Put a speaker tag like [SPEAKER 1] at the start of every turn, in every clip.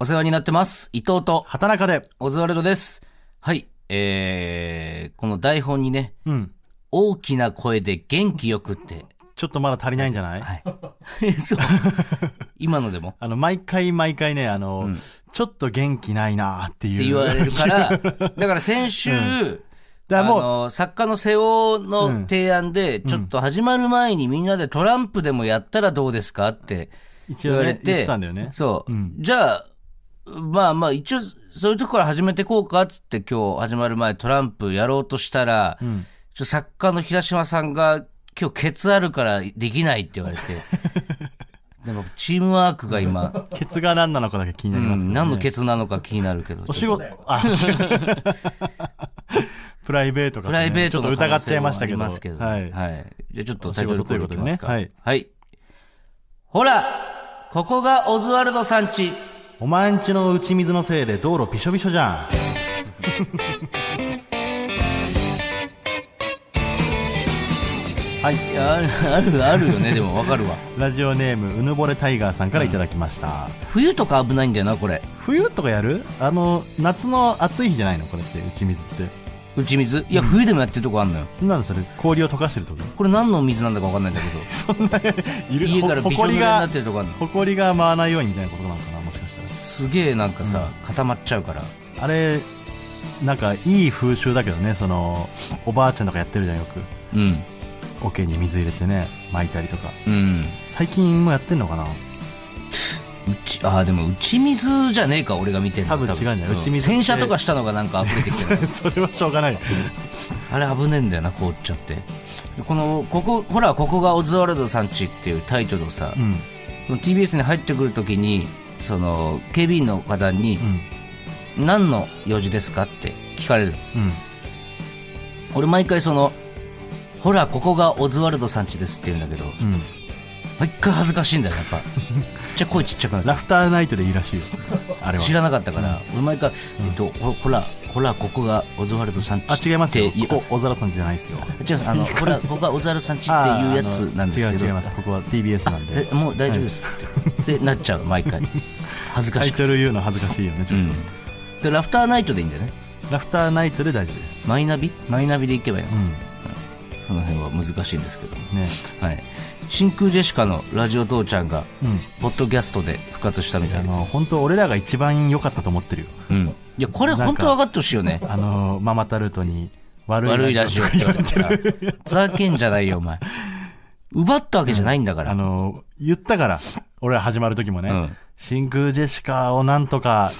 [SPEAKER 1] お世話になってます。伊藤と
[SPEAKER 2] 畑中で。
[SPEAKER 1] オズワルドです。はい。えー、この台本にね、
[SPEAKER 2] うん。
[SPEAKER 1] 大きな声で元気よくって。
[SPEAKER 2] ちょっとまだ足りないんじゃない、
[SPEAKER 1] はい。 そう。今のでも。
[SPEAKER 2] あの、毎回毎回ね、あの、ちょっと元気ないなっていう。
[SPEAKER 1] って言 われるから、だから先週、
[SPEAKER 2] だから
[SPEAKER 1] あ
[SPEAKER 2] もう、
[SPEAKER 1] の作家の瀬尾の提案で、ちょっと始まる前にみんなでトランプでもやったらどうですかって
[SPEAKER 2] 一
[SPEAKER 1] 言
[SPEAKER 2] 応
[SPEAKER 1] われ
[SPEAKER 2] ね、
[SPEAKER 1] て、
[SPEAKER 2] 言ってたんだよね。
[SPEAKER 1] そう、じゃあ、まあまあ、一応、そういうとこから始めてこうかっつって、今日始まる前、トランプやろうとしたら、ちょ作家の平島さんが、今日ケツあるからできないって言われ て、でもチームワークが今、
[SPEAKER 2] ケツが何なのかだけ気になりま
[SPEAKER 1] う
[SPEAKER 2] すけど、
[SPEAKER 1] ん
[SPEAKER 2] ね
[SPEAKER 1] 何のケツなのか気になるけど。
[SPEAKER 2] お仕事、 あ、 お仕事プライベートか、
[SPEAKER 1] プライベート
[SPEAKER 2] ちょっ
[SPEAKER 1] の
[SPEAKER 2] と
[SPEAKER 1] 可
[SPEAKER 2] 疑
[SPEAKER 1] 能
[SPEAKER 2] っちゃ
[SPEAKER 1] 性
[SPEAKER 2] い
[SPEAKER 1] も
[SPEAKER 2] ま
[SPEAKER 1] あ
[SPEAKER 2] したけ
[SPEAKER 1] り
[SPEAKER 2] ど。
[SPEAKER 1] ますけど。
[SPEAKER 2] は
[SPEAKER 1] はいい。。じゃあちょっとタイトルコールいきますか。
[SPEAKER 2] お仕事ということでね
[SPEAKER 1] はい。ほらここがオズワルドさんち
[SPEAKER 2] お前んちの打ち水のせいで道路びしょびしょじゃん。はい。
[SPEAKER 1] いや、ある、 ある、あるよね。でもわかるわ。
[SPEAKER 2] ラジオネーム、うぬぼれタイガーさんからいただきました。
[SPEAKER 1] 冬とか危ないんだよな、これ。
[SPEAKER 2] 冬とかやるあの、夏の暑い日じゃないのこれって、打ち水って。
[SPEAKER 1] 打ち水。いや、冬でもやってるとこあんのよ。
[SPEAKER 2] そんなのそれ、氷を溶かしてるとき。
[SPEAKER 1] これ何の水なんだかわかんないんだけど。
[SPEAKER 2] そんな、いる
[SPEAKER 1] 家から
[SPEAKER 2] ほ
[SPEAKER 1] びしょ濡れ
[SPEAKER 2] 埃
[SPEAKER 1] にな
[SPEAKER 2] が
[SPEAKER 1] っ、てるとこあんの。
[SPEAKER 2] 埃が回らないようにみたいなことなのかなもしかした
[SPEAKER 1] すげえなんかさ、固まっちゃうから。
[SPEAKER 2] ら。あれ、なんか、いい風習だけどね、その、おばあちゃんとかやってるじゃん、よく。
[SPEAKER 1] うん。
[SPEAKER 2] 桶に水入れてね、巻いたりとか。
[SPEAKER 1] うん。
[SPEAKER 2] 最近もやってんのかな
[SPEAKER 1] うち、ああ、でも打ち水じゃねえか、俺が見てるの
[SPEAKER 2] 多分違うんだよ打ち水って
[SPEAKER 1] 洗車とかしたのがなんか溢れてきてる。
[SPEAKER 2] それはしょうがない。
[SPEAKER 1] あれ危ねえんだよな、凍っちゃって。この、ここ、ほら、ここがオズワルドさんちっていうタイトルをさ
[SPEAKER 2] う、ん。
[SPEAKER 1] その TBS に入ってくるときに、その、警備員の方に
[SPEAKER 2] う、ん。
[SPEAKER 1] 何の用事ですかって聞かれる。
[SPEAKER 2] うん。
[SPEAKER 1] 俺毎回その、ほら、ここがオズワルドさんちですって言うんだけど、
[SPEAKER 2] うん。
[SPEAKER 1] 毎回恥ずかしいんだよ、 やっぱ。ちっちゃい声ちっちゃくなって
[SPEAKER 2] ラフターナイトでいいらしいよ。あれは
[SPEAKER 1] 知。らなかったから、俺毎回、えっと、ほほら、ほら、ここがオズワルドさんち
[SPEAKER 2] あ、違いますよ
[SPEAKER 1] って。言う
[SPEAKER 2] ここ、小皿さんじゃないですよ。
[SPEAKER 1] 違うあ の、ほら、ここがオズワルドさんちって
[SPEAKER 2] あー
[SPEAKER 1] いうやつなんですけ
[SPEAKER 2] あの
[SPEAKER 1] ど
[SPEAKER 2] 違う違い、ますここは TBS なんで
[SPEAKER 1] でもう大丈夫ですって、 でなっちゃう毎回恥ずか
[SPEAKER 2] タ
[SPEAKER 1] し
[SPEAKER 2] イ
[SPEAKER 1] くて、
[SPEAKER 2] トル言うの恥ずかしいよねち
[SPEAKER 1] う
[SPEAKER 2] ょっ
[SPEAKER 1] ん、でラフターナイトでいいんだよね
[SPEAKER 2] とラフターナイトで大丈夫です
[SPEAKER 1] マイナビマイナビでいけばいいの、
[SPEAKER 2] うん
[SPEAKER 1] その辺は難しいんですけども、
[SPEAKER 2] ね
[SPEAKER 1] はい、真空ジェシカのラジオ父ちゃんが
[SPEAKER 2] うん
[SPEAKER 1] ポッドキャストで復活したみた
[SPEAKER 2] あ
[SPEAKER 1] いです
[SPEAKER 2] の本当俺らが一番良かったと思ってるよ
[SPEAKER 1] うん、いやこれ本当分かってほしいよね
[SPEAKER 2] あのママタルトに悪い
[SPEAKER 1] 悪いラジオって言われて
[SPEAKER 2] とか
[SPEAKER 1] さざけんじゃないよお前奪ったわけじゃないんだか
[SPEAKER 2] あ
[SPEAKER 1] ら、
[SPEAKER 2] の言ったから俺ら始まる時もね、
[SPEAKER 1] うん
[SPEAKER 2] 真空ジェシカをなんとか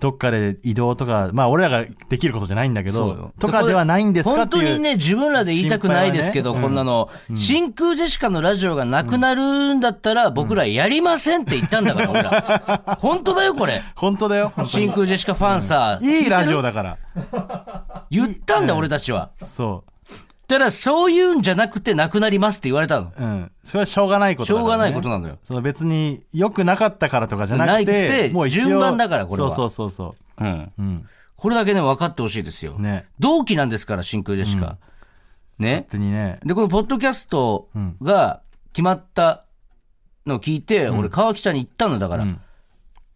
[SPEAKER 2] どっかで移動とかまあ俺らができることじゃないんだけ
[SPEAKER 1] そうよ
[SPEAKER 2] どとかではないんですかっていう
[SPEAKER 1] 本当にね、自分らで言いたくないですけど、
[SPEAKER 2] 心配
[SPEAKER 1] こ
[SPEAKER 2] は
[SPEAKER 1] ん
[SPEAKER 2] ね
[SPEAKER 1] なの、真空ジェシカのラジオがなくなるんだったら、僕らやりませんって言ったんだから、俺ら。本当だよ、こ れ。
[SPEAKER 2] 本当だよ本当
[SPEAKER 1] 真
[SPEAKER 2] に
[SPEAKER 1] 空ジェシカファンさ、
[SPEAKER 2] いいラジオだから
[SPEAKER 1] 言ったんだ、俺たちは。
[SPEAKER 2] そ
[SPEAKER 1] ただ、そういうんじゃなくて、なくなりますって言われたの。
[SPEAKER 2] ううんそれはしょうがないこと
[SPEAKER 1] しょうがない
[SPEAKER 2] と
[SPEAKER 1] ことなのよ。
[SPEAKER 2] その別に良くなかったからとかじゃなくて、
[SPEAKER 1] なくて順番だからこれは
[SPEAKER 2] そうそうそう
[SPEAKER 1] う
[SPEAKER 2] そ
[SPEAKER 1] ん。
[SPEAKER 2] う。うん。
[SPEAKER 1] これだけね、分かってほしいですよ。
[SPEAKER 2] ね。
[SPEAKER 1] 同期なんですから、真空ジェシカ。ね。
[SPEAKER 2] 本当にね。
[SPEAKER 1] で、このポッドキャストが決まったのを聞いて、俺、川北に行ったのだから
[SPEAKER 2] う。ん。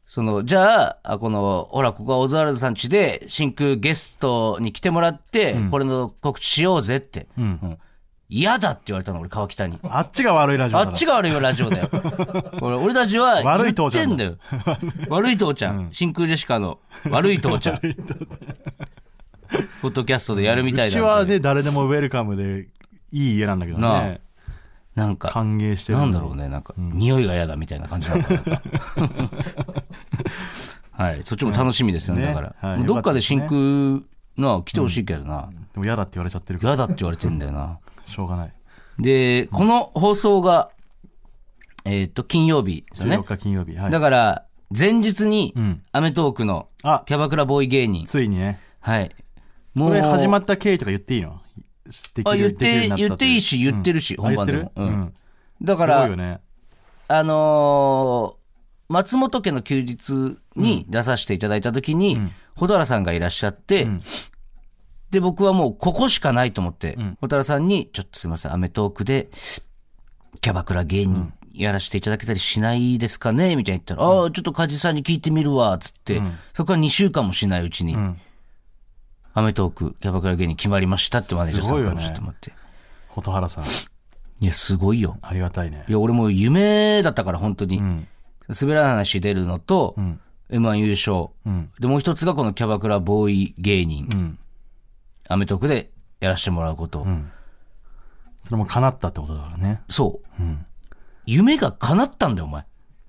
[SPEAKER 1] その、じゃああ、この、ほら、ここはオズワルドさん家で、真空ゲストに来てもらって、これの告知しようぜって。
[SPEAKER 2] うん
[SPEAKER 1] うん嫌だって言われたの、俺、川北に。
[SPEAKER 2] あっちが悪いラジオ
[SPEAKER 1] あ
[SPEAKER 2] だろ
[SPEAKER 1] っちが悪いよ、ラジオだよ。俺俺たちは、
[SPEAKER 2] 悪い
[SPEAKER 1] 言
[SPEAKER 2] 父
[SPEAKER 1] っ
[SPEAKER 2] ちゃ
[SPEAKER 1] てん
[SPEAKER 2] ん
[SPEAKER 1] だ
[SPEAKER 2] だ
[SPEAKER 1] よ。悪い父ちゃん。真空ジェシカの悪い父ちゃん。ポッドキャストでやるみた
[SPEAKER 2] う
[SPEAKER 1] いな
[SPEAKER 2] ち
[SPEAKER 1] んで
[SPEAKER 2] はね、誰でもウェルカムで、いい家なんだけど
[SPEAKER 1] なあ
[SPEAKER 2] ね。
[SPEAKER 1] なんか、
[SPEAKER 2] 歓迎してる。
[SPEAKER 1] なんだろう。ね、なんか、匂いが嫌だみたいな感じなのかな。なんかはい、そっちも楽しみですよね、
[SPEAKER 2] ね
[SPEAKER 1] だから。
[SPEAKER 2] はい
[SPEAKER 1] どっかで真
[SPEAKER 2] よかった
[SPEAKER 1] 空、な来てほしいけどな。
[SPEAKER 2] でも嫌だって言われちゃってるから、
[SPEAKER 1] 嫌だって言われてんだよな。
[SPEAKER 2] しょうがない。
[SPEAKER 1] で、この放送が、えーっと、金曜日ですよね
[SPEAKER 2] 14。日金曜日。はい
[SPEAKER 1] だ。から、前日に
[SPEAKER 2] う、ん。
[SPEAKER 1] アメトークの
[SPEAKER 2] あ、
[SPEAKER 1] キャバクラボーイ芸人。
[SPEAKER 2] ついにね。
[SPEAKER 1] はい。も
[SPEAKER 2] これ始ま
[SPEAKER 1] っ
[SPEAKER 2] った経緯とか言っていいので
[SPEAKER 1] あ、
[SPEAKER 2] き
[SPEAKER 1] 言
[SPEAKER 2] る
[SPEAKER 1] っ
[SPEAKER 2] できる
[SPEAKER 1] て、
[SPEAKER 2] ようになた
[SPEAKER 1] 言っていいし、言ってるし、
[SPEAKER 2] うん
[SPEAKER 1] 本
[SPEAKER 2] あ言っ
[SPEAKER 1] 番
[SPEAKER 2] て
[SPEAKER 1] で
[SPEAKER 2] る
[SPEAKER 1] も。
[SPEAKER 2] う
[SPEAKER 1] うん
[SPEAKER 2] ん。
[SPEAKER 1] だか
[SPEAKER 2] すごい
[SPEAKER 1] ら
[SPEAKER 2] よ、ね。
[SPEAKER 1] あのー松本家の休日に出させていただいたときに、蛍原さんがいらっしゃって、で、僕はもうここしかないと思って、蛍原さんに、ちょっとすいません、アメトークで、キャバクラ芸人やらせていただけたりしないですかねみたいに言ったら、ああ、ちょっと梶さんに聞いてみるわ、つって、そこから2週間もしないうちに、
[SPEAKER 2] ん
[SPEAKER 1] アメトーク、キャバクラ芸人決まりましたってマネージャーさんからもちょっと待って。
[SPEAKER 2] 蛍原さん、
[SPEAKER 1] いや、すごいよ。
[SPEAKER 2] ありがたいね
[SPEAKER 1] い。や、俺もう夢だったから、本当に。
[SPEAKER 2] ん
[SPEAKER 1] 滑らない話出るのと、
[SPEAKER 2] ん
[SPEAKER 1] M1 優勝。
[SPEAKER 2] うん。
[SPEAKER 1] で、もう一つがこのキャバクラボーイ芸人。アメトークでやらせてもらうこと。
[SPEAKER 2] それも叶ったってことだからね。
[SPEAKER 1] そう、夢が叶ったんだよ、お前。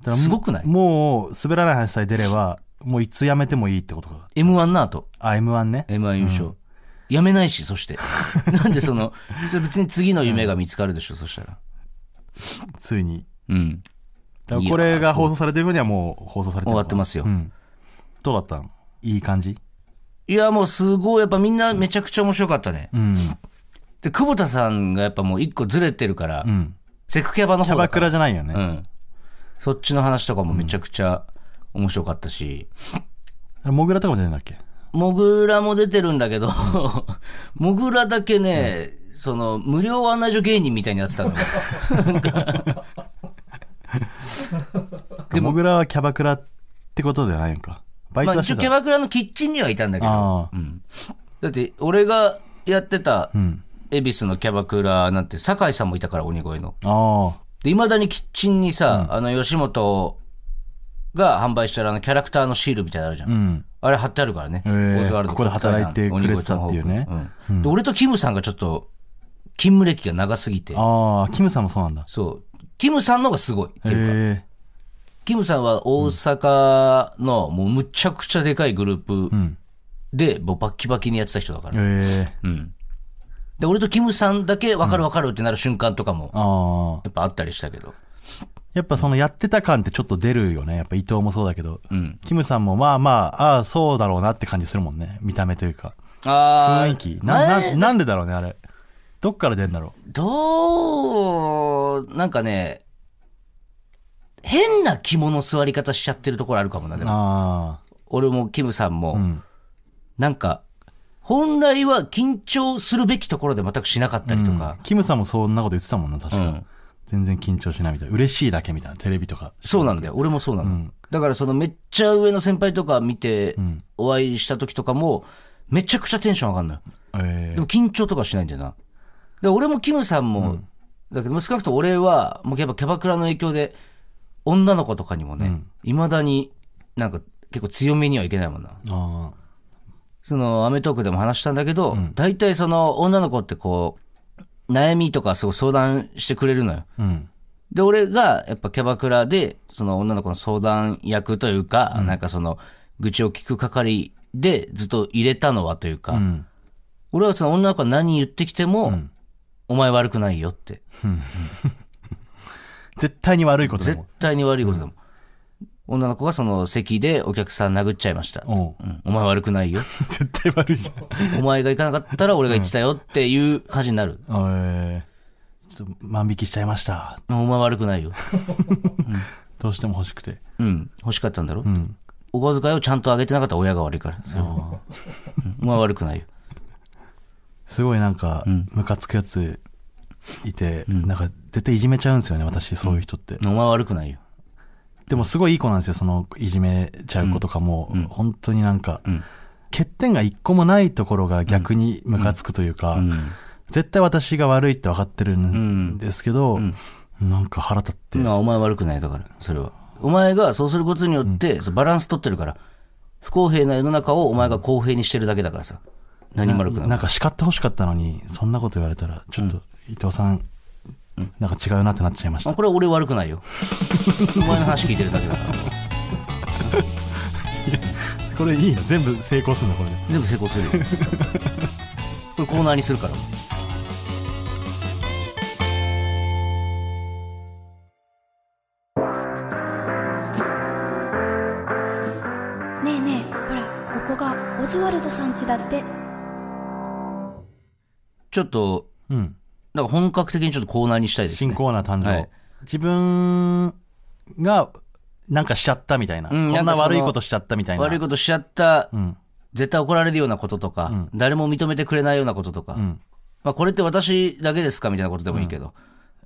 [SPEAKER 2] だからもう
[SPEAKER 1] すごくない
[SPEAKER 2] もう、滑らない話さえ出れば、もういつやめてもいいってことか。
[SPEAKER 1] ?M1 の後。
[SPEAKER 2] あ、M1 ね。
[SPEAKER 1] M1 優勝。やめないし、そ して。なんでその、それ別に次の夢が見つかるでしょ、そしたら。
[SPEAKER 2] ついに。
[SPEAKER 1] うん。
[SPEAKER 2] だからこれが放送されてる分にはもう放送されてる
[SPEAKER 1] 終
[SPEAKER 2] の
[SPEAKER 1] わ
[SPEAKER 2] か
[SPEAKER 1] ってますよ。
[SPEAKER 2] うん。どうだったのいい感じ
[SPEAKER 1] いや、もうすごい、やっぱみんなめちゃくちゃ面白かったね。
[SPEAKER 2] うん。
[SPEAKER 1] で、久保田さんがやっぱもう一個ずれてるから、
[SPEAKER 2] うん。
[SPEAKER 1] セクキャバの
[SPEAKER 2] キャ
[SPEAKER 1] 方
[SPEAKER 2] バ
[SPEAKER 1] だ
[SPEAKER 2] ク
[SPEAKER 1] から。
[SPEAKER 2] ラじゃないよね。
[SPEAKER 1] うん。そっちの話とかもめちゃくちゃ面白かったし、
[SPEAKER 2] モグラとかも出てんだっけ
[SPEAKER 1] モグラも出てるんだけど、 モグラだけね、その、無料案内所芸人みたいになってたの よ。
[SPEAKER 2] でも、モグラはキャバクラってことじゃないのか。バイ
[SPEAKER 1] ま
[SPEAKER 2] ト
[SPEAKER 1] あ
[SPEAKER 2] はし
[SPEAKER 1] 一応キ
[SPEAKER 2] て
[SPEAKER 1] ャ
[SPEAKER 2] た。
[SPEAKER 1] バクラのキッチンにはいたんだけど、
[SPEAKER 2] ああ。
[SPEAKER 1] だって俺がやってた
[SPEAKER 2] うん。
[SPEAKER 1] 恵比寿のキャバクラなんて酒井さんもいたから鬼越の。
[SPEAKER 2] あ
[SPEAKER 1] で、未だにキッチンにさ、あの吉本が販売してるあのキャラクターのシールみたいなのあるじゃん
[SPEAKER 2] あ。う。ん。
[SPEAKER 1] あれ貼ってあるからね。
[SPEAKER 2] へえ
[SPEAKER 1] オズワルド
[SPEAKER 2] ここで働いてくれてたっていうね
[SPEAKER 1] 鬼越トマホークうんで俺とキムさんがちょっと、勤務歴が長すぎて。
[SPEAKER 2] ああ、キムさんもそうなんだ。
[SPEAKER 1] そう。キムさんの方がすごいって
[SPEAKER 2] へ
[SPEAKER 1] いうか。
[SPEAKER 2] え。
[SPEAKER 1] キムさんは大阪のもうむちゃくちゃでかいグループ
[SPEAKER 2] うん。
[SPEAKER 1] で、もうバッキバキにやってた人だから。
[SPEAKER 2] へえ。
[SPEAKER 1] うん。で、俺とキムさんだけ分かる分かるってなる瞬間とかも、
[SPEAKER 2] ああ。
[SPEAKER 1] やっぱあったりしたけど。
[SPEAKER 2] やっぱそのやってた感ってちょっと出るよね。やっぱ伊藤もそうだけど。
[SPEAKER 1] うん。
[SPEAKER 2] キムさんもまあまあ、ああ、そうだろうなって感じするもんね。見た目というか。
[SPEAKER 1] あ
[SPEAKER 2] 雰
[SPEAKER 1] ー
[SPEAKER 2] 囲気。な、
[SPEAKER 1] え
[SPEAKER 2] な、
[SPEAKER 1] ー
[SPEAKER 2] なんでだろうね、あれ。どっから出るんだろ
[SPEAKER 1] どう、なんかね、変な着物座り方しちゃってるところあるかもな、で
[SPEAKER 2] う。
[SPEAKER 1] も。
[SPEAKER 2] あ
[SPEAKER 1] 俺もキムさんも、
[SPEAKER 2] あ。うん。
[SPEAKER 1] なんか、本来は緊張するべきところで全くしなかったりとか。
[SPEAKER 2] キムさんもそんなこと言ってたもんな、確か。
[SPEAKER 1] うん
[SPEAKER 2] 全然緊張しないみたいな。嬉しいだけみたいな、テレビとか。
[SPEAKER 1] そうなんだよ。俺もそうなの。だからそのめっちゃ上の先輩とか見て、お会いした時とかも、めちゃくちゃテンション上がるのよ。
[SPEAKER 2] え
[SPEAKER 1] でも緊張とかしないんだよな。で俺もキムさんも、だけど少なくとも俺は、もうやっぱキャバクラの影響で、女の子とかにもね、いまだになんか結構強めにはいけないもんな。
[SPEAKER 2] えああ。
[SPEAKER 1] その、アメトークでも話したんだけど、大体その女の子ってこう、悩みとかすごい相談してくれるのよ。
[SPEAKER 2] うん。
[SPEAKER 1] で、俺がやっぱキャバクラで、その女の子の相談役というか、なんかその、愚痴を聞く係でずっと入れたのはというか、
[SPEAKER 2] うん。
[SPEAKER 1] 俺はその女の子が何言ってきても、お前悪くないよって。
[SPEAKER 2] 絶対に悪いことだ
[SPEAKER 1] 絶
[SPEAKER 2] もん。
[SPEAKER 1] 対に悪いことだもん。女の子がその席でお客さん殴っちゃいました。
[SPEAKER 2] おう
[SPEAKER 1] うんお前悪くないよ。
[SPEAKER 2] 絶対悪いじゃん。
[SPEAKER 1] お前が行かなかったら俺が言ってたよっていう感じになる。
[SPEAKER 2] ええちょっと万引きしちゃいました。
[SPEAKER 1] お前悪くないよ。
[SPEAKER 2] どうしても欲しくて。
[SPEAKER 1] うん。欲しかったんだろ、お小遣いをちゃんとあげてなかった親が悪いから。それは
[SPEAKER 2] ああ
[SPEAKER 1] うんお前悪くないよ。
[SPEAKER 2] すごいなんか、ムカつくやついて、なんか絶対いじめちゃうんですよね、私、そういう人って。
[SPEAKER 1] お前悪くないよ。
[SPEAKER 2] でもすごいいい子なんですよ、そのいじめちゃう子とかも、本当になんか、欠点が一個もないところが逆にムカつくというか、
[SPEAKER 1] うん。
[SPEAKER 2] 絶対私が悪いって分かってるん
[SPEAKER 1] ん
[SPEAKER 2] ですけど、なんか腹立って、
[SPEAKER 1] まあお前悪くないだから、それは。お前がそうすることによって、そうバランス取ってるから、不公平な世の中をお前が公平にしてるだけだからさ。何も悪くない。
[SPEAKER 2] なんか叱ってほしかったのに、そんなこと言われたら、ちょっと伊藤さん、なんか違うなってなっちゃいまし
[SPEAKER 1] ま
[SPEAKER 2] た。
[SPEAKER 1] あこれは俺悪くない よ。お前の話聞いてるだけだから。
[SPEAKER 2] これいいの全部成功するのこれで。
[SPEAKER 1] 全部成功するよ。これコーナーにするから。
[SPEAKER 3] ねえねえほらここがオズワルドさん家だって
[SPEAKER 1] ちょっと、
[SPEAKER 2] うん。
[SPEAKER 1] なんか本格的にちょっとコーナーにしたいですね。
[SPEAKER 2] 新コーナー誕生。
[SPEAKER 1] はい
[SPEAKER 2] 自分が、なんかしちゃったみたいな。
[SPEAKER 1] うん
[SPEAKER 2] こん
[SPEAKER 1] なん
[SPEAKER 2] な
[SPEAKER 1] かその
[SPEAKER 2] 悪いことしちゃったみたいな。
[SPEAKER 1] 悪いことしちゃった、
[SPEAKER 2] うん。
[SPEAKER 1] 絶対怒られるようなこととか、誰も認めてくれないようなこととか、
[SPEAKER 2] ん
[SPEAKER 1] まあ、これって私だけですかみたいなことでもいいけど、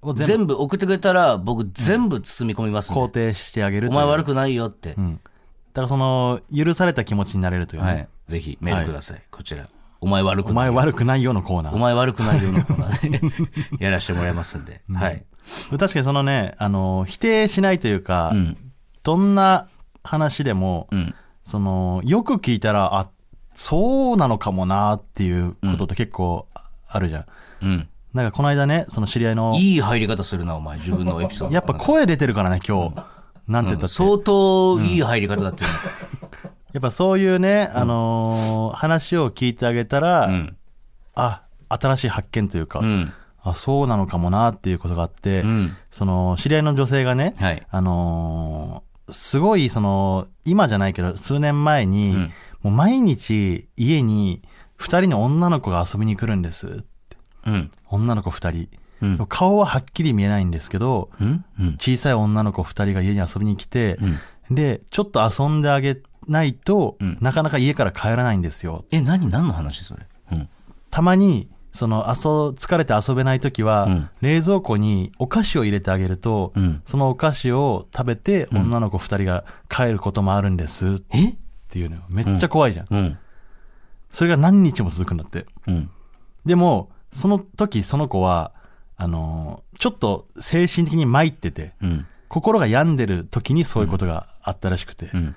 [SPEAKER 2] を全部
[SPEAKER 1] 全部送ってくれたら、僕全部包み込みますんで
[SPEAKER 2] 肯定してあげる
[SPEAKER 1] お
[SPEAKER 2] とい
[SPEAKER 1] 前
[SPEAKER 2] う
[SPEAKER 1] 悪くないよって
[SPEAKER 2] う。ん。だからその、許された気持ちになれるというね。
[SPEAKER 1] はい。ぜひメールください。こちら。お前悪
[SPEAKER 2] お
[SPEAKER 1] くない
[SPEAKER 2] 前
[SPEAKER 1] よ。
[SPEAKER 2] 悪くないよのコーナ
[SPEAKER 1] お
[SPEAKER 2] ー。
[SPEAKER 1] 前悪くないよのコーナーで やらせてもらいますんで。はい。
[SPEAKER 2] 確かにそのね、あの、否定しないというか、
[SPEAKER 1] うん。
[SPEAKER 2] どんな話でも、
[SPEAKER 1] うん。
[SPEAKER 2] その、よく聞いたら、あ、そうなのかもなっていうことって結構あるじゃん。
[SPEAKER 1] うん。
[SPEAKER 2] なんかこの間ね、その知り合いの、
[SPEAKER 1] いい入り方するな、お前。自分のエピソード。
[SPEAKER 2] やっぱ声出てるからね、今日。なんて言ったって。
[SPEAKER 1] 相当いい入り方だっていうの。
[SPEAKER 2] やっぱそういうね、あのー話を聞いてあげたら、
[SPEAKER 1] うん。
[SPEAKER 2] あ、新しい発見というか、
[SPEAKER 1] うん。
[SPEAKER 2] あ、そうなのかもなっていうことがあって、
[SPEAKER 1] うん。
[SPEAKER 2] その、知り合いの女性がね、
[SPEAKER 1] はい。
[SPEAKER 2] あのーすごい、その、今じゃないけど、数年前に、
[SPEAKER 1] うん
[SPEAKER 2] もう毎日家に二人の女の子が遊びに来るんです。
[SPEAKER 1] うん。
[SPEAKER 2] 女の子二人。
[SPEAKER 1] うん
[SPEAKER 2] でも顔ははっきり見えないんですけど、
[SPEAKER 1] うん。うん。
[SPEAKER 2] 小さい女の子二人が家に遊びに来て、
[SPEAKER 1] うん
[SPEAKER 2] で、ちょっと遊んであげないと、
[SPEAKER 1] うん
[SPEAKER 2] なかなか家から帰らないんですよ。
[SPEAKER 1] え、何何の話それうん。
[SPEAKER 2] たまに、その、遊、疲れて遊べない時は、
[SPEAKER 1] うん
[SPEAKER 2] 冷蔵庫にお菓子を入れてあげると、
[SPEAKER 1] うん。
[SPEAKER 2] そのお菓子を食べて
[SPEAKER 1] ん
[SPEAKER 2] 女の子二人が帰ることもあるんですっ
[SPEAKER 1] え
[SPEAKER 2] ていうのよ。めっちゃ怖いじゃん。
[SPEAKER 1] うん。
[SPEAKER 2] それが何日も続くんだって。
[SPEAKER 1] うん。
[SPEAKER 2] でも、その時その子は、あのーちょっと精神的に参ってて、
[SPEAKER 1] うん。
[SPEAKER 2] 心が病んでる時にそういうことがあったらしくて、
[SPEAKER 1] うん。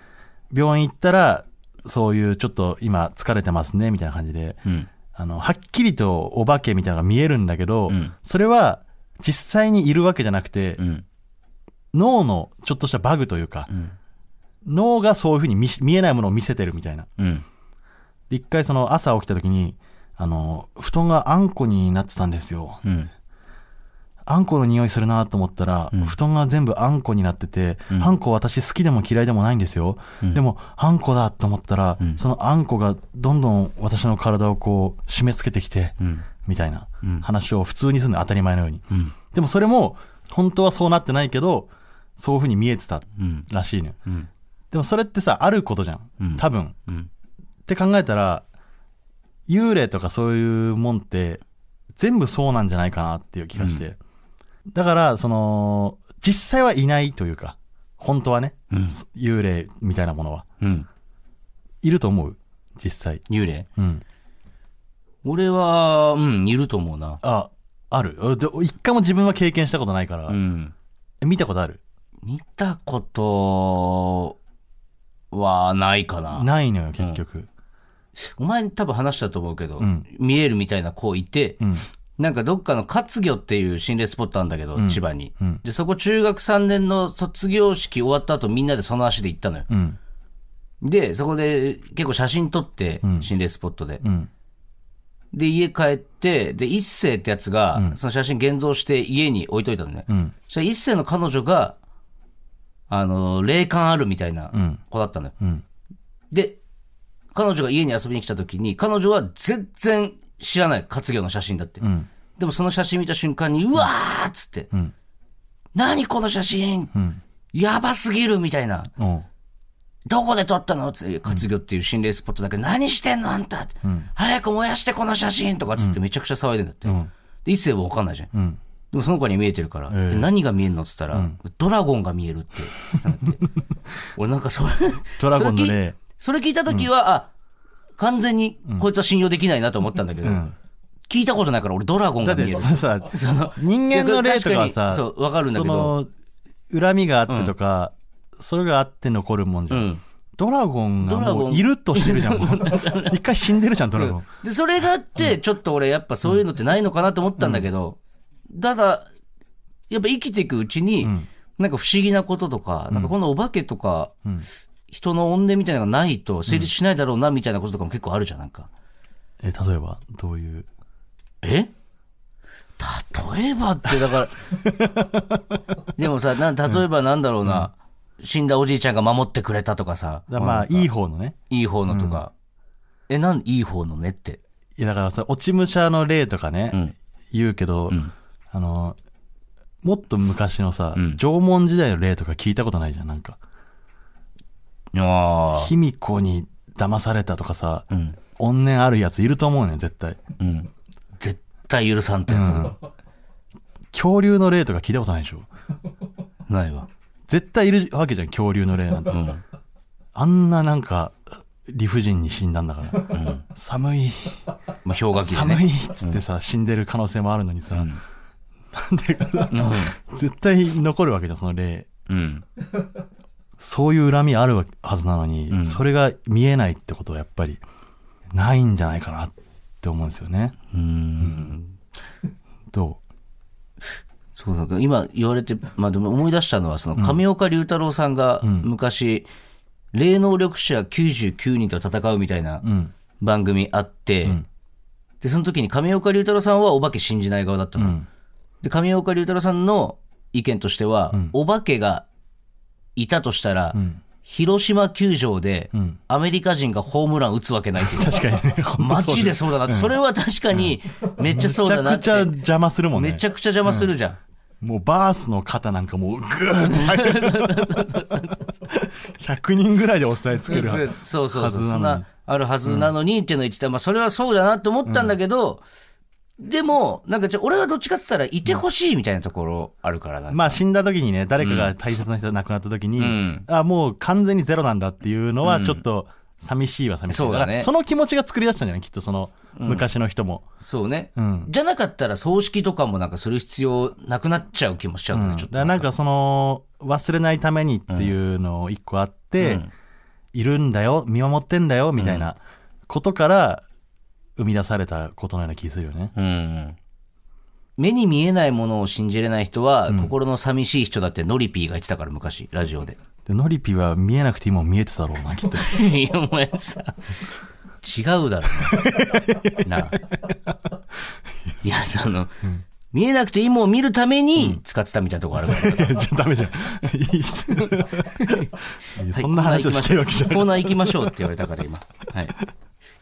[SPEAKER 2] 病院行ったら、そういうちょっと今疲れてますね、みたいな感じで、
[SPEAKER 1] うん。
[SPEAKER 2] あの、はっきりとお化けみたいなのが見えるんだけど、
[SPEAKER 1] うん
[SPEAKER 2] それは実際にいるわけじゃなくて、
[SPEAKER 1] うん。
[SPEAKER 2] 脳のちょっとしたバグというか、
[SPEAKER 1] うん。
[SPEAKER 2] 脳がそういうふうに見し見えないものを見せてるみたいな。
[SPEAKER 1] うん。
[SPEAKER 2] で一回その朝起きた時に、あの、布団があんこになってたんですよ。
[SPEAKER 1] うん。
[SPEAKER 2] あんこの匂いするなと思ったら、
[SPEAKER 1] うん
[SPEAKER 2] 布団が全部あんこになってて、
[SPEAKER 1] うん
[SPEAKER 2] あんこ私好きでも嫌いでもないんですよ。
[SPEAKER 1] うん
[SPEAKER 2] でも、あんこだと思ったら、
[SPEAKER 1] うん
[SPEAKER 2] そのあんこがどんどん私の体をこう、締め付けてきて、
[SPEAKER 1] うん。
[SPEAKER 2] みたいな
[SPEAKER 1] うん
[SPEAKER 2] 話を普通にするの当たり前のように。
[SPEAKER 1] うん。
[SPEAKER 2] でもそれも、本当はそうなってないけど、そういうふうに見えてた
[SPEAKER 1] うん。
[SPEAKER 2] らしいのよ。
[SPEAKER 1] うん。
[SPEAKER 2] でもそれってさ、あることじゃ
[SPEAKER 1] うんん。
[SPEAKER 2] 多分。
[SPEAKER 1] うん。
[SPEAKER 2] って考えたら、幽霊とかそういうもんって、全部そうなんじゃないかなっていう気がして。だから、その、実際はいないというか、本当はね、
[SPEAKER 1] うん。
[SPEAKER 2] そ幽霊みたいなものは。
[SPEAKER 1] うん。
[SPEAKER 2] いると思う実際。
[SPEAKER 1] 幽霊
[SPEAKER 2] うん。
[SPEAKER 1] 俺は、うん、いると思うな。
[SPEAKER 2] あ、ある。俺で一回も自分は経験したことないから、
[SPEAKER 1] うん。
[SPEAKER 2] え見たことある
[SPEAKER 1] 見たことはないかな。
[SPEAKER 2] ないのよ、結局。
[SPEAKER 1] お前に多分話したと思うけど、
[SPEAKER 2] うん
[SPEAKER 1] 見えるみたいな子いて、
[SPEAKER 2] うん。
[SPEAKER 1] なんかどっかの活魚っていう心霊スポットなんだけど、
[SPEAKER 2] うん
[SPEAKER 1] 千葉に。
[SPEAKER 2] うん。
[SPEAKER 1] で、そこ中学3年の卒業式終わった後みんなでその足で行ったのよ。
[SPEAKER 2] うん。
[SPEAKER 1] で、そこで結構写真撮って、
[SPEAKER 2] うん
[SPEAKER 1] 心霊スポットで。
[SPEAKER 2] うん。
[SPEAKER 1] で、家帰って、で、一世ってやつが、その写真現像して家に置いといたのね。
[SPEAKER 2] うん。
[SPEAKER 1] そしたら一世の彼女が、あの、霊感あるみたいな
[SPEAKER 2] うん。
[SPEAKER 1] 子だったのよ。
[SPEAKER 2] うん。
[SPEAKER 1] で、彼女が家に遊びに来た時に、彼女は全然知らない活業の写真だって。
[SPEAKER 2] うん。
[SPEAKER 1] でもその写真見た瞬間に、うわーっつって、
[SPEAKER 2] うん。
[SPEAKER 1] 何この写真
[SPEAKER 2] うん。
[SPEAKER 1] やばすぎるみたいな。
[SPEAKER 2] おう
[SPEAKER 1] どこで撮ったのって、活業っていう心霊スポットだけど、何してんのあんた、早く燃やしてこの写真とかっつってめちゃくちゃ騒いでんだって。
[SPEAKER 2] うん。
[SPEAKER 1] で、一世はわかんないじゃん。
[SPEAKER 2] うん。
[SPEAKER 1] でもその子に見えてるから、
[SPEAKER 2] ええ
[SPEAKER 1] で何が見えるのっつったら、ドラゴンが見えるって。なんだって 俺なんかそれ、
[SPEAKER 2] ドラゴンの
[SPEAKER 1] それ聞い
[SPEAKER 2] 霊。
[SPEAKER 1] それ聞いた時は、あ、完全にこいつは信用できないなと思ったんだけど、
[SPEAKER 2] うん。
[SPEAKER 1] 聞いたことないから俺ドラゴン
[SPEAKER 2] だ
[SPEAKER 1] が
[SPEAKER 2] っ
[SPEAKER 1] 見え
[SPEAKER 2] て
[SPEAKER 1] る。
[SPEAKER 2] さ、
[SPEAKER 1] その
[SPEAKER 2] 人間の霊とかは
[SPEAKER 1] 確
[SPEAKER 2] さ、
[SPEAKER 1] かにそう、わかるんだけど。
[SPEAKER 2] その、恨みがあってとか、それがあって残るもんじ
[SPEAKER 1] う
[SPEAKER 2] ゃん。
[SPEAKER 1] ん。
[SPEAKER 2] ドラゴンが
[SPEAKER 1] ドラ
[SPEAKER 2] も
[SPEAKER 1] ゴ
[SPEAKER 2] う
[SPEAKER 1] ン
[SPEAKER 2] いるとしてるじ ゃん、もう一回死んでるじゃん、ドラゴン。
[SPEAKER 1] で、それがあって、ちょっと俺やっぱそういうのってないのかなと思ったんだけど、ただ、やっぱ生きていくうちに、
[SPEAKER 2] ん
[SPEAKER 1] なんか不思議なこととか、なんかこのお化けとか、
[SPEAKER 2] ん
[SPEAKER 1] 人の怨念みたいなのがないと成立しないだろうなみたいなこととかも結構あるじゃん、なんか。
[SPEAKER 2] え、例えば、どういう。
[SPEAKER 1] え例えばって、だ から、でもさ、な例えばなんだろうな、死んだおじいちゃんが守ってくれたとかさ、
[SPEAKER 2] だまあ、いい方のね。
[SPEAKER 1] いい方のとか、え、なんいい方のねって。
[SPEAKER 2] いや、だからさ、落ち武者の霊とかね、
[SPEAKER 1] ん
[SPEAKER 2] 言うけど、
[SPEAKER 1] ん
[SPEAKER 2] あの、もっと昔のさ、
[SPEAKER 1] うん
[SPEAKER 2] 縄文時代の霊とか聞いたことないじゃん、なんか。
[SPEAKER 1] あ
[SPEAKER 2] 卑弥呼に騙されたとかさ、
[SPEAKER 1] あ。うん。
[SPEAKER 2] 怨念あるやついると思うね、絶対。
[SPEAKER 1] うん。絶対許さんってやつ。
[SPEAKER 2] うん恐竜の霊とか聞いたことないでしょ
[SPEAKER 1] ないわ。
[SPEAKER 2] 絶対いるわけじゃん恐竜の霊なんて
[SPEAKER 1] うん。
[SPEAKER 2] あんななんか理不尽に死んだんだから、寒い
[SPEAKER 1] まあ、氷河期でね。
[SPEAKER 2] 寒いっつってさ、死んでる可能性もあるのにさ、
[SPEAKER 1] うん
[SPEAKER 2] なんでか 絶対残るわけじゃんその霊
[SPEAKER 1] うん。
[SPEAKER 2] そういう恨みあるはずなのに、
[SPEAKER 1] うん
[SPEAKER 2] それが見えないってことはやっぱりないんじゃないかなって思うんですよね
[SPEAKER 1] うん。うん。
[SPEAKER 2] ど
[SPEAKER 1] そうだけど、今言われて、まあでも思い出したのは、その、上岡龍太郎さんが
[SPEAKER 2] ん
[SPEAKER 1] 昔、霊能力者99人と戦うみたいな
[SPEAKER 2] ううん
[SPEAKER 1] 番組あって、
[SPEAKER 2] うん
[SPEAKER 1] で、その時に上岡龍太郎さんはお化け信じない側だった
[SPEAKER 2] う
[SPEAKER 1] の。
[SPEAKER 2] ん
[SPEAKER 1] で、上岡龍太郎さんの意見としては、
[SPEAKER 2] うん
[SPEAKER 1] お化けがいたとしたら、
[SPEAKER 2] うん
[SPEAKER 1] 広島球場で、
[SPEAKER 2] うん
[SPEAKER 1] アメリカ人がホームラン打つわけない って言ってた
[SPEAKER 2] 確かにね
[SPEAKER 1] マジでそうだなって、それは確かに、めっちゃそうだなっ
[SPEAKER 2] めちゃくちゃ
[SPEAKER 1] て。
[SPEAKER 2] 邪魔するもんね
[SPEAKER 1] めちゃくちゃ邪魔するじゃん。
[SPEAKER 2] もうバースの肩なんかもうグーって入る100人ぐらいで押さえつける
[SPEAKER 1] そうそうそう
[SPEAKER 2] は
[SPEAKER 1] そ
[SPEAKER 2] ず
[SPEAKER 1] う。
[SPEAKER 2] なのに
[SPEAKER 1] そんな、あるはずなのにっていうのを言ってた。まあ、それはそうだなって思ったんだけど、でも、なんかちょ、俺はどっちかって言ったら、いてほしいみたいなところあるからな。
[SPEAKER 2] まあ死んだ時にね誰かが大切な人が亡くなった時に、
[SPEAKER 1] ん
[SPEAKER 2] あもう完全にゼロなんだっていうのはちょっと寂しいは寂しい、
[SPEAKER 1] そうだね
[SPEAKER 2] からその気持ちが作り出したんじゃないきっとその昔の人も、
[SPEAKER 1] そうね。
[SPEAKER 2] うん
[SPEAKER 1] じゃなかったら、葬式とかもなんかする必要なくなっちゃう気もしちゃう
[SPEAKER 2] うんん
[SPEAKER 1] だね、
[SPEAKER 2] だ
[SPEAKER 1] ちょっ
[SPEAKER 2] か
[SPEAKER 1] と。
[SPEAKER 2] らなんかその忘れないためにっていうのを一個あって、
[SPEAKER 1] うん
[SPEAKER 2] いるんだよ見守ってんだよみたいなことから生み出されたことのような気するよね、
[SPEAKER 1] うん。目に見えないものを信じれない人は、心の寂しい人だってノリピーが言ってたから、昔、ラジオで。
[SPEAKER 2] でノリピは見えなくていいもん見えてたろうな きっと
[SPEAKER 1] いや、お前さ、違うだろ。なあ。いや、その、見えなくていいものを見るために使ってたみたいなとこあるから。
[SPEAKER 2] いやじゃあダメじゃんい い いやそんな話をしてるわけじゃない
[SPEAKER 1] コーナー行きましょうって言われたから、今。 はい。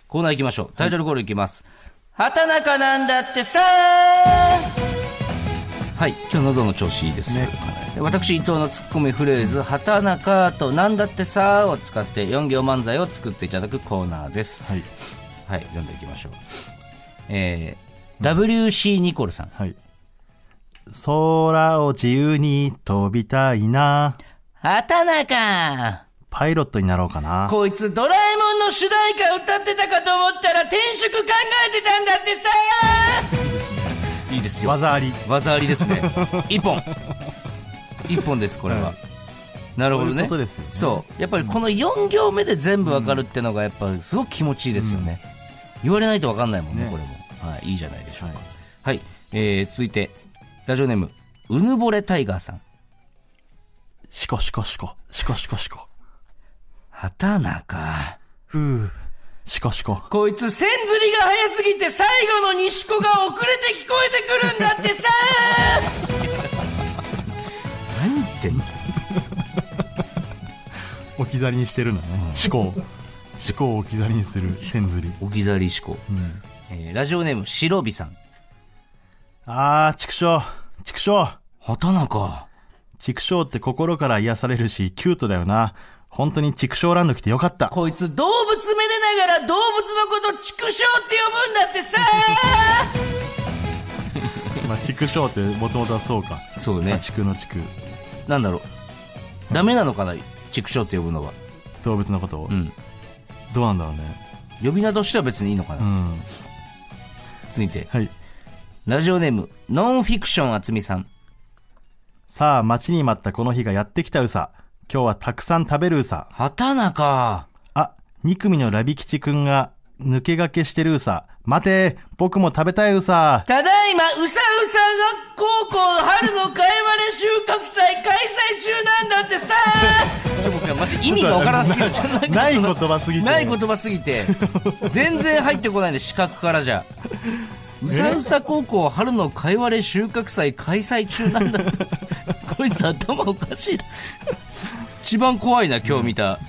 [SPEAKER 1] コーナー行きましょう。タイトルコール行きます。畑中なんだってさはい、今日喉の調子いいです。
[SPEAKER 2] ね
[SPEAKER 1] 私伊藤のツッコミフレーズ「畑中」と「なんだってさ」を使って4行漫才を作っていただくコーナーです
[SPEAKER 2] はい
[SPEAKER 1] はい読んでいきましょうえー WC ニコルさん
[SPEAKER 2] はい。空を自由に飛びたいな。
[SPEAKER 1] 「畑中
[SPEAKER 2] パイロットになろうかな。
[SPEAKER 1] こいつドラえもんの主題歌歌ってたかと思ったら転職考えてたんだってさいいですよ
[SPEAKER 2] 技あり。
[SPEAKER 1] 技ありです ね一本一本ですこれは、
[SPEAKER 2] は
[SPEAKER 1] なるほど
[SPEAKER 2] そうい
[SPEAKER 1] ね
[SPEAKER 2] うことですよね
[SPEAKER 1] そうやっぱりこの4行目で全部わかるってのがやっぱすごく気持ちいいですよね、言われないとわかんないもんね
[SPEAKER 2] ね
[SPEAKER 1] これも、はい、いいじゃないでしょうか
[SPEAKER 2] は
[SPEAKER 1] はい、えー続いてラジオネームうぬぼれタイガーさん
[SPEAKER 2] シコシコシコ。シコシコシコ。
[SPEAKER 1] 畑中
[SPEAKER 2] ふぅ。シコシコ。
[SPEAKER 1] こいつ線ずりが早すぎて最後の西子が遅れて聞こえてくるんだってさ何言ってんの
[SPEAKER 2] 置き去りにしてるのね。シコを。シコを置き去りにする線ずり。
[SPEAKER 1] 置き去り思考、えーラジオネーム白尾さん
[SPEAKER 2] あー、畜生。畜生。
[SPEAKER 1] 畑中
[SPEAKER 2] 畜生って心から癒されるし、キュートだよな。本当に畜生ランド来てよかった。
[SPEAKER 1] こいつ動物めでながら動物のこと畜生って呼ぶんだってさ
[SPEAKER 2] まあ、畜生ってもともとはそうか。
[SPEAKER 1] そう
[SPEAKER 2] まあ
[SPEAKER 1] ね
[SPEAKER 2] 畜の畜。
[SPEAKER 1] なんだろうダメなのかな畜生って呼ぶのは
[SPEAKER 2] 動物のことを。
[SPEAKER 1] うん
[SPEAKER 2] どうなんだろうね。
[SPEAKER 1] 呼び名としては別にいいのかな、
[SPEAKER 2] うん。
[SPEAKER 1] 続いて
[SPEAKER 2] はい。
[SPEAKER 1] ラジオネームノンフィクションあつみさん
[SPEAKER 2] さあ、待ちに待ったこの日がやってきたうさ。今日はたくさん食べるうさ。
[SPEAKER 1] 畑中
[SPEAKER 2] あ、2組のラビ吉くんが抜け駆けしてるうさ。待て、僕も食べたいうさ。
[SPEAKER 1] ただいまうさうさ学高校春のかえわれ収穫祭開催中なんだってさ ちょ僕はマジ意味がわからなすぎるちょ なんか
[SPEAKER 2] ない言葉すぎて。
[SPEAKER 1] ない言葉すぎて全然入ってこないんで視覚からじゃうさうさ高校春のかいわれ収穫祭開催中なんだってこいつ頭おかしいな一番怖いな今日見た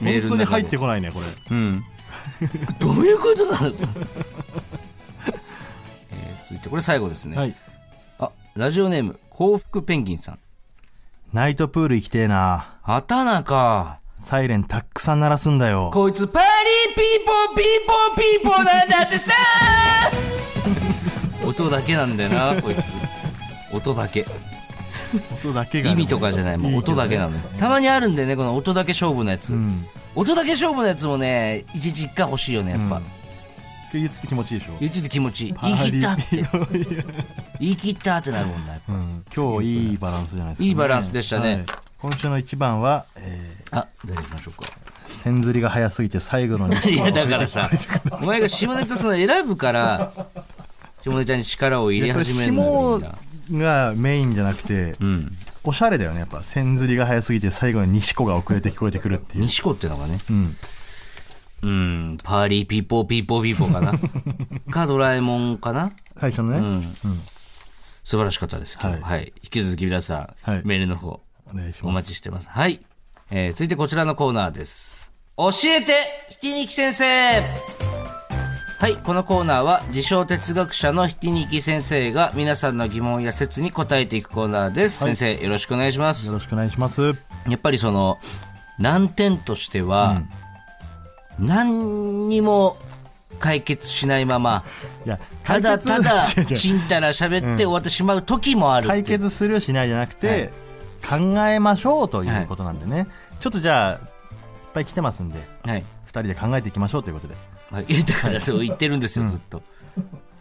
[SPEAKER 1] メール
[SPEAKER 2] 本当
[SPEAKER 1] の
[SPEAKER 2] に
[SPEAKER 1] 中
[SPEAKER 2] 入
[SPEAKER 1] で
[SPEAKER 2] ってこないね、これ。
[SPEAKER 1] うん、どういうことなの、えー続いてこれ最後ですね、
[SPEAKER 2] はい。
[SPEAKER 1] あラジオネーム幸福ペンギンさん
[SPEAKER 2] ナイトプール行きてえな。
[SPEAKER 1] 畑中
[SPEAKER 2] サイレンたくさん鳴らすんだよ。
[SPEAKER 1] こいつパーリーピーポーピーポーピーポ ーなんだってさ音だけなんだよなこいつ音だけ
[SPEAKER 2] 音だけがね、
[SPEAKER 1] 意味とかじゃないもう音だけなのよたまにあるんでねこの音だけ勝負のやつ、
[SPEAKER 2] うん
[SPEAKER 1] 音だけ勝負のやつもね一日一回欲しいよねやっぱ、
[SPEAKER 2] うん言ってて気持ちいいでしょ
[SPEAKER 1] 言ってて気持ちいい言い切ったって言い切ったってなるもんな、やっぱ
[SPEAKER 2] うん、今日いいバランスじゃないですか、
[SPEAKER 1] いいバランスでしたね
[SPEAKER 2] はい今週の一番は、え
[SPEAKER 1] あ大丈夫ましょうか
[SPEAKER 2] ー、千釣りが早すぎて最後の日
[SPEAKER 1] いやだからさお前が下ネタその選ぶから下ネタに力を入れ始めるのよみんな
[SPEAKER 2] がメインじゃなくて、
[SPEAKER 1] うん
[SPEAKER 2] おしゃれだよねやっぱ千釣りが早すぎて最後の西子が遅れて聞こえてくるっていう、
[SPEAKER 1] 西子ってのがね
[SPEAKER 2] うん、
[SPEAKER 1] うんパーリーピーポーピーポーピーポーかな かドラえもんかな
[SPEAKER 2] 最初のね、
[SPEAKER 1] うん素晴らしかったです今日
[SPEAKER 2] はい
[SPEAKER 1] はい、引き続き皆さん、
[SPEAKER 2] はい
[SPEAKER 1] メールの方
[SPEAKER 2] お願いし
[SPEAKER 1] お
[SPEAKER 2] ま
[SPEAKER 1] 待
[SPEAKER 2] す
[SPEAKER 1] ちしてます。はい。えー、続いてこちらのコーナーです。教えてひきにき先生はい、このコーナーは自称哲学者のひきにき先生が皆さんの疑問や説に答えていくコーナーです。
[SPEAKER 2] はい
[SPEAKER 1] 先生、よろしくお願いしま
[SPEAKER 2] よ
[SPEAKER 1] す。
[SPEAKER 2] ろしくお願いします
[SPEAKER 1] やっぱりその、難点としては、何にも解決しないまま、
[SPEAKER 2] いや
[SPEAKER 1] ただただ
[SPEAKER 2] 違う違う
[SPEAKER 1] ちんたら喋って終わってしまう時もあるってい
[SPEAKER 2] 解
[SPEAKER 1] う
[SPEAKER 2] 決するしないじゃなくて、考えましょうということなんでね、ちょっとじゃあいっぱい来てますんで
[SPEAKER 1] はい。
[SPEAKER 2] 2人で考えていきましょうということで、
[SPEAKER 1] はい、だからそう言ってるんですよ、ずっと。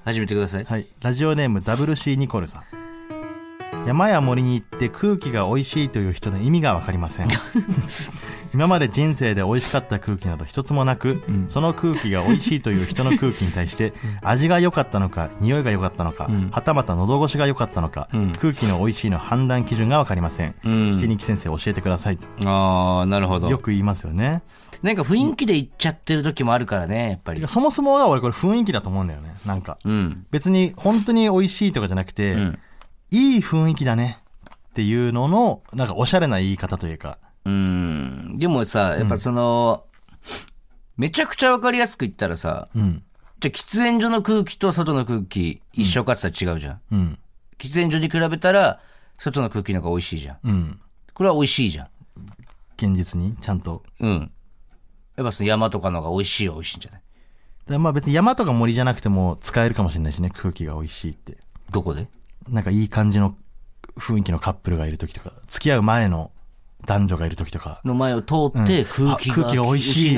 [SPEAKER 1] 始めてください。
[SPEAKER 2] はい、ラジオネーム WC ニコルさん山や森に行って空気が美味しいという人の意味が分かりま せん今まで人生で美味しかった空気など一つもなく、その空気が美味しいという人の空気に対して味が良かったのか匂いが良かったのか、はたまた喉越しが良かったのか、空気の美味しいの判断基準が分かりません、
[SPEAKER 1] ん
[SPEAKER 2] 引き抜き先生教えてください
[SPEAKER 1] ああ、なるほど。
[SPEAKER 2] よく言いますよね
[SPEAKER 1] なんか雰囲気で行っちゃってる時もあるからね、やっぱ
[SPEAKER 2] て
[SPEAKER 1] り
[SPEAKER 2] か。そもそもが俺これ雰囲気だと思うんだよねなんか
[SPEAKER 1] うん。
[SPEAKER 2] 別に本当に美味しいとかじゃなくて、
[SPEAKER 1] ん
[SPEAKER 2] いい雰囲気だねっていうののなんかおしゃれな言い方というか
[SPEAKER 1] うん。でもさ、やっぱその、めちゃくちゃわかりやすく言ったらさ、
[SPEAKER 2] うん
[SPEAKER 1] じゃあ喫煙所の空気と外の空気一緒かって言ったら違うじゃん。
[SPEAKER 2] うん
[SPEAKER 1] 喫煙所に比べたら、外の空気の方が美味しいじゃん。
[SPEAKER 2] うん
[SPEAKER 1] これは美味しいじゃん。
[SPEAKER 2] 現実にちゃんと
[SPEAKER 1] うん。やっぱその山とかの方が美味しいは美味しいんじゃない
[SPEAKER 2] でまあ別に山とか森じゃなくても使えるかもしれないしね空気が美味しいって
[SPEAKER 1] どこで
[SPEAKER 2] なんかいい感じの雰囲気のカップルがいる時とか付き合う前の男女がいる時とか、
[SPEAKER 1] の前を通って空気が、
[SPEAKER 2] あ空気が美味しい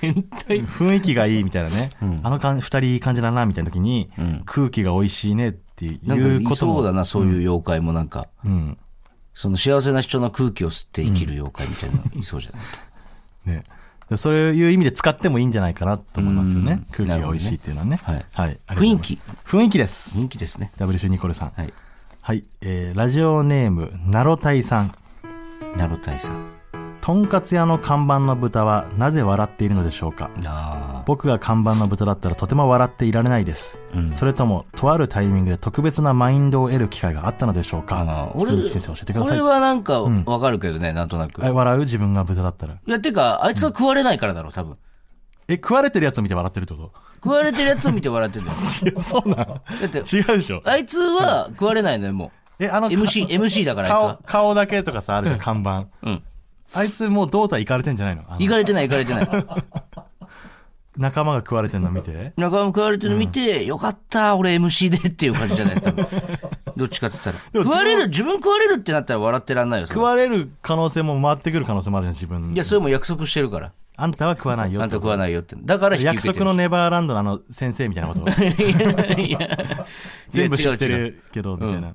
[SPEAKER 1] 変態
[SPEAKER 2] 雰囲気がいいみたいなね、あのかん2人いい感じだなみたいな時に、空気が美味しいねってい
[SPEAKER 1] なんか
[SPEAKER 2] う
[SPEAKER 1] い
[SPEAKER 2] ことも
[SPEAKER 1] そうだな、そういう妖怪もなんか。
[SPEAKER 2] うん
[SPEAKER 1] その幸せな人の空気を吸って生きる妖怪みたいなのいそうじゃない、
[SPEAKER 2] ね、でそういう意味で使ってもいいんじゃないかなと思いますよね
[SPEAKER 1] うん
[SPEAKER 2] 空気が美味しいっていうのはね
[SPEAKER 1] なるほどね
[SPEAKER 2] はいありがとうござ
[SPEAKER 1] 雰囲
[SPEAKER 2] います
[SPEAKER 1] 気
[SPEAKER 2] 雰囲気です
[SPEAKER 1] 人気ですね
[SPEAKER 2] WC ニコルさんは、
[SPEAKER 1] はいい
[SPEAKER 2] えーラジオネームナロタイさん
[SPEAKER 1] ナロタイさん
[SPEAKER 2] とんかつ屋の看板の豚はなぜ笑っているのでしょうか
[SPEAKER 1] あ
[SPEAKER 2] 僕が看板の豚だったらとても笑っていられないです、
[SPEAKER 1] うん
[SPEAKER 2] それともとあるタイミングで特別なマインドを得る機会があったのでしょう
[SPEAKER 1] ー
[SPEAKER 2] か
[SPEAKER 1] あー俺
[SPEAKER 2] 鈴木先生教えてください
[SPEAKER 1] 俺はなんかわかるけどね、なんとなく
[SPEAKER 2] あ
[SPEAKER 1] い
[SPEAKER 2] 笑う自分が豚だったら
[SPEAKER 1] やてかあいつは食われないからだろう多分
[SPEAKER 2] え食われてるやつを見て笑ってるってこ
[SPEAKER 1] 食われてるやつを見て笑ってるん だよ
[SPEAKER 2] といやそうなの
[SPEAKER 1] だって
[SPEAKER 2] 違うでしょ
[SPEAKER 1] あいつは食われないのよも
[SPEAKER 2] えあ
[SPEAKER 1] う
[SPEAKER 2] の
[SPEAKER 1] MC, MC だからあいつ
[SPEAKER 2] 顔
[SPEAKER 1] は、
[SPEAKER 2] 顔だけとかさ、あるじゃん、看板。
[SPEAKER 1] うん、
[SPEAKER 2] あいつもう胴体いかれてんじゃないのあの
[SPEAKER 1] 行かれてない行かれてない
[SPEAKER 2] 仲間が食われてんの見て。
[SPEAKER 1] 中間も食われてるの見て、よかった俺 MC でっていう感じじゃない多 分どっちかって言ったら
[SPEAKER 2] でも
[SPEAKER 1] 食われる自分食われるってなったら笑ってらんないよそれ
[SPEAKER 2] 食われる可能性も回ってくる可能性もあるじゃん、自分。
[SPEAKER 1] いやそれも約束してるから
[SPEAKER 2] あんたは食わないよ
[SPEAKER 1] あ
[SPEAKER 2] っ
[SPEAKER 1] ん
[SPEAKER 2] て
[SPEAKER 1] た
[SPEAKER 2] こと。
[SPEAKER 1] 食わないよって。だから引き受
[SPEAKER 2] 約
[SPEAKER 1] けてる
[SPEAKER 2] 束のネバーランドのあの先生みたいなこと。
[SPEAKER 1] いやいや
[SPEAKER 2] 全部
[SPEAKER 1] い
[SPEAKER 2] 知
[SPEAKER 1] や違う
[SPEAKER 2] って
[SPEAKER 1] 違う
[SPEAKER 2] るけど、みたいな。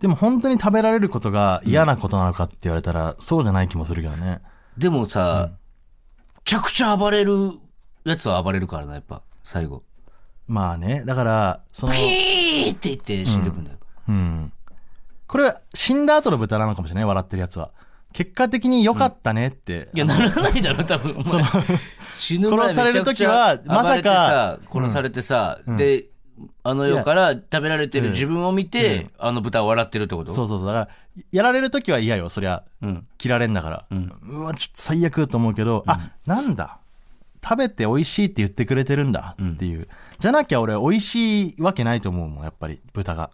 [SPEAKER 2] でも本当に食べられることが嫌なことなのかって言われたら、そうじゃない気もするけどね。
[SPEAKER 1] でもさ、めちゃくちゃ暴れるやつは暴れるからな、やっぱ、最後。
[SPEAKER 2] まあね、だから、その、
[SPEAKER 1] ピーって言って死んでくんだよ。
[SPEAKER 2] うん。これは死んだ後の豚なのかもしれない、笑ってるやつは。結果的に良かったねって
[SPEAKER 1] いや、ならないだろ、多分。お前死ぬ前
[SPEAKER 2] 殺される時は
[SPEAKER 1] めちゃくちゃ暴れてさ
[SPEAKER 2] まさか
[SPEAKER 1] 殺されてさ、で、あの世から食べられてる自分を見て、あの豚は笑ってるってこと
[SPEAKER 2] そうそうそう。だから、やられるときは嫌よ、そりゃ。
[SPEAKER 1] うん。
[SPEAKER 2] 切られんだから。うわ、ちょっと最悪と思うけど、あ、なんだ。食べて美味しいって言ってくれてるんだっていう。じゃなきゃ俺、美味しいわけないと思うもん、やっぱり、豚が。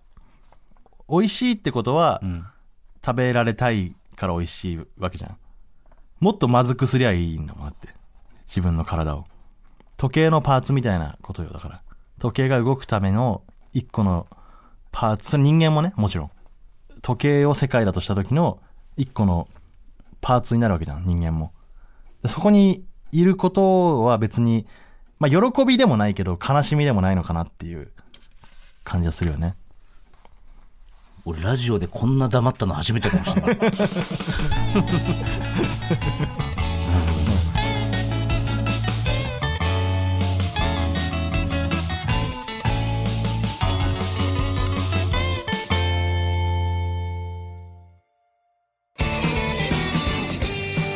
[SPEAKER 2] 美味しいってことは、
[SPEAKER 1] ん
[SPEAKER 2] 食べられたいから美味しいわけじゃん。もっとまずくすりゃいいんだもん、だって。自分の体を。時計のパーツみたいなことよ、だから。時計が動くための一個のパーツ、それ人間もね、もちろん。時計を世界だとした時の一個のパーツになるわけじゃん、人間も。でそこにいることは別に、まあ、喜びでもないけど、悲しみでもないのかなっていう感じがするよね。
[SPEAKER 1] 俺ラジオでこんな黙ったの初めてかもしれない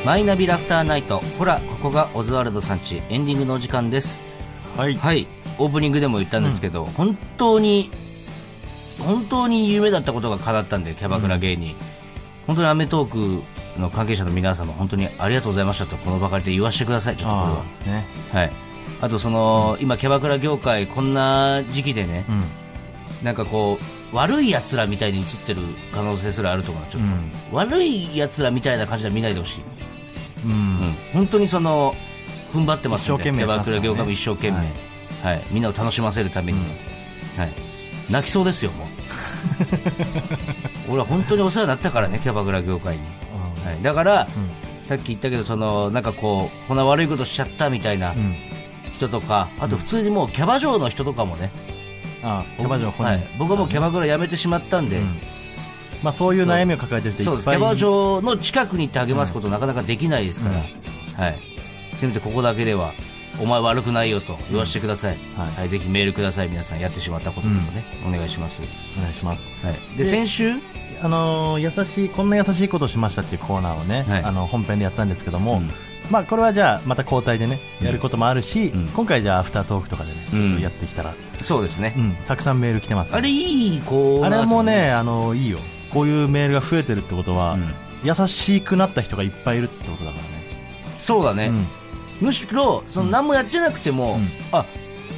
[SPEAKER 1] マイナビラフターナイトほらここがオズワルドさんちエンディングのお時間です
[SPEAKER 2] はい。
[SPEAKER 1] はい、オープニングでも言ったんですけど、本当に、本当に夢だったことが叶ったんで、キャバクラ芸人。本当にアメトークの関係者の皆様、本当にありがとうございましたと、この場借りで言わせてください、ちょっとこ
[SPEAKER 2] ああ、ね。
[SPEAKER 1] れは。はい。あと、その、今、キャバクラ業界、こんな時期でね
[SPEAKER 2] う、ん。
[SPEAKER 1] なんかこう、悪い奴らみたいに映ってる可能性すらあるとか、ちょっと、
[SPEAKER 2] うん
[SPEAKER 1] 悪い奴らみたいな感じでは見ないでほしい。
[SPEAKER 2] う
[SPEAKER 1] うん
[SPEAKER 2] ん。
[SPEAKER 1] 本当にその、踏ん張ってますんで
[SPEAKER 2] 一生懸命
[SPEAKER 1] キャバクラ業界も一
[SPEAKER 2] やってます
[SPEAKER 1] 生懸
[SPEAKER 2] から
[SPEAKER 1] 命
[SPEAKER 2] ね、
[SPEAKER 1] はいみんなを楽しませるために、はい、泣きそうですよ、もう。俺は本当にお世話になったからね、キャバクラ業界に。
[SPEAKER 2] は。
[SPEAKER 1] はいい、だから、
[SPEAKER 2] うん
[SPEAKER 1] さっき言ったけど、その、なんかこう、こんな悪いことしちゃったみたいな
[SPEAKER 2] うん。
[SPEAKER 1] 人とか、あと普通にもうキャバ嬢の人とかもね、
[SPEAKER 2] ああ、キャバ嬢本
[SPEAKER 1] は
[SPEAKER 2] 人。
[SPEAKER 1] い、僕はもうキャバクラ辞めてしまったんで、
[SPEAKER 2] うんまあそういう悩みを抱えてる人いっ
[SPEAKER 1] そで
[SPEAKER 2] ぱいう
[SPEAKER 1] す。キャバ嬢の近くに行って励ますことなかなかできないですから、はい。せめてここだけでは、お前悪くないよと言わせてください。
[SPEAKER 2] はい
[SPEAKER 1] はい。ぜひメールください、皆さん。やってしまったことでもね、お願いします。
[SPEAKER 2] お願いします。
[SPEAKER 1] はい。で、
[SPEAKER 2] で
[SPEAKER 1] 先週、
[SPEAKER 2] あのー優しい、こんな優しいことしましたっていうコーナーをね、
[SPEAKER 1] はい
[SPEAKER 2] あの、本編でやったんですけども、
[SPEAKER 1] うん
[SPEAKER 2] まあこれはじゃあまた交代でね、
[SPEAKER 1] ん
[SPEAKER 2] やることもあるし、
[SPEAKER 1] うん
[SPEAKER 2] 今回じゃあアフタートークとかでね、
[SPEAKER 1] うん
[SPEAKER 2] ちょっとやってきたら、
[SPEAKER 1] そうですね
[SPEAKER 2] う。ん、たくさんメール来てます、
[SPEAKER 1] あれ、いいコーナ
[SPEAKER 2] あ
[SPEAKER 1] ーですよ、
[SPEAKER 2] れもね、あのいいよ。こういうメールが増えてるってことは、
[SPEAKER 1] うん
[SPEAKER 2] 優しくなった人がいっぱいいるってことだからね。
[SPEAKER 1] そうだね。
[SPEAKER 2] うん
[SPEAKER 1] むしろ、その何もやってなくても、
[SPEAKER 2] うん
[SPEAKER 1] あ、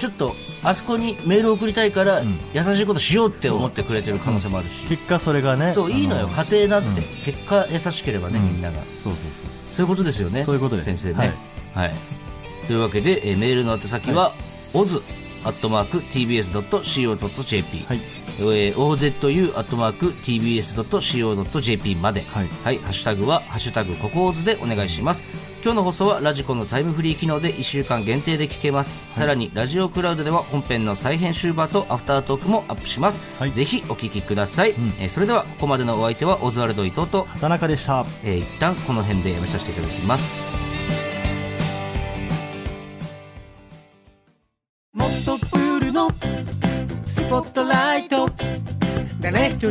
[SPEAKER 1] ちょっと、あそこにメール送りたいから
[SPEAKER 2] うん、
[SPEAKER 1] 優しいことしようって思ってくれてる可能性もあるし。
[SPEAKER 2] 結果それがね、
[SPEAKER 1] そう、いいのよ。
[SPEAKER 2] あ
[SPEAKER 1] 家庭だって。
[SPEAKER 2] う
[SPEAKER 1] 結果、優しければね、
[SPEAKER 2] うん
[SPEAKER 1] みんなが。
[SPEAKER 2] そうそうそう
[SPEAKER 1] そういうことですよね。
[SPEAKER 2] そういうことです
[SPEAKER 1] 先生ね。はい。というわけで、えーメールの宛先は、oz.tbs.co.jp、
[SPEAKER 2] はい
[SPEAKER 1] えー ozu.tbs.co.jp まで、
[SPEAKER 2] はい
[SPEAKER 1] ハッシュタグは、ハッシュタグ、ココオズでお願いします。今日の放送はラジコンのタイムフリー機能で1週間限定で聞けます。さらに、ラジオクラウドでは本編の再編集版とアフタートークもアップします。
[SPEAKER 2] はい
[SPEAKER 1] ぜひお聞きください、
[SPEAKER 2] ん
[SPEAKER 1] えーそれでは、ここまでのお相手は、オズワルド伊藤と、
[SPEAKER 2] 田中でした。
[SPEAKER 1] えー一旦この辺でやめさせていただきます。
[SPEAKER 4] もっとプールのスポットライト誰一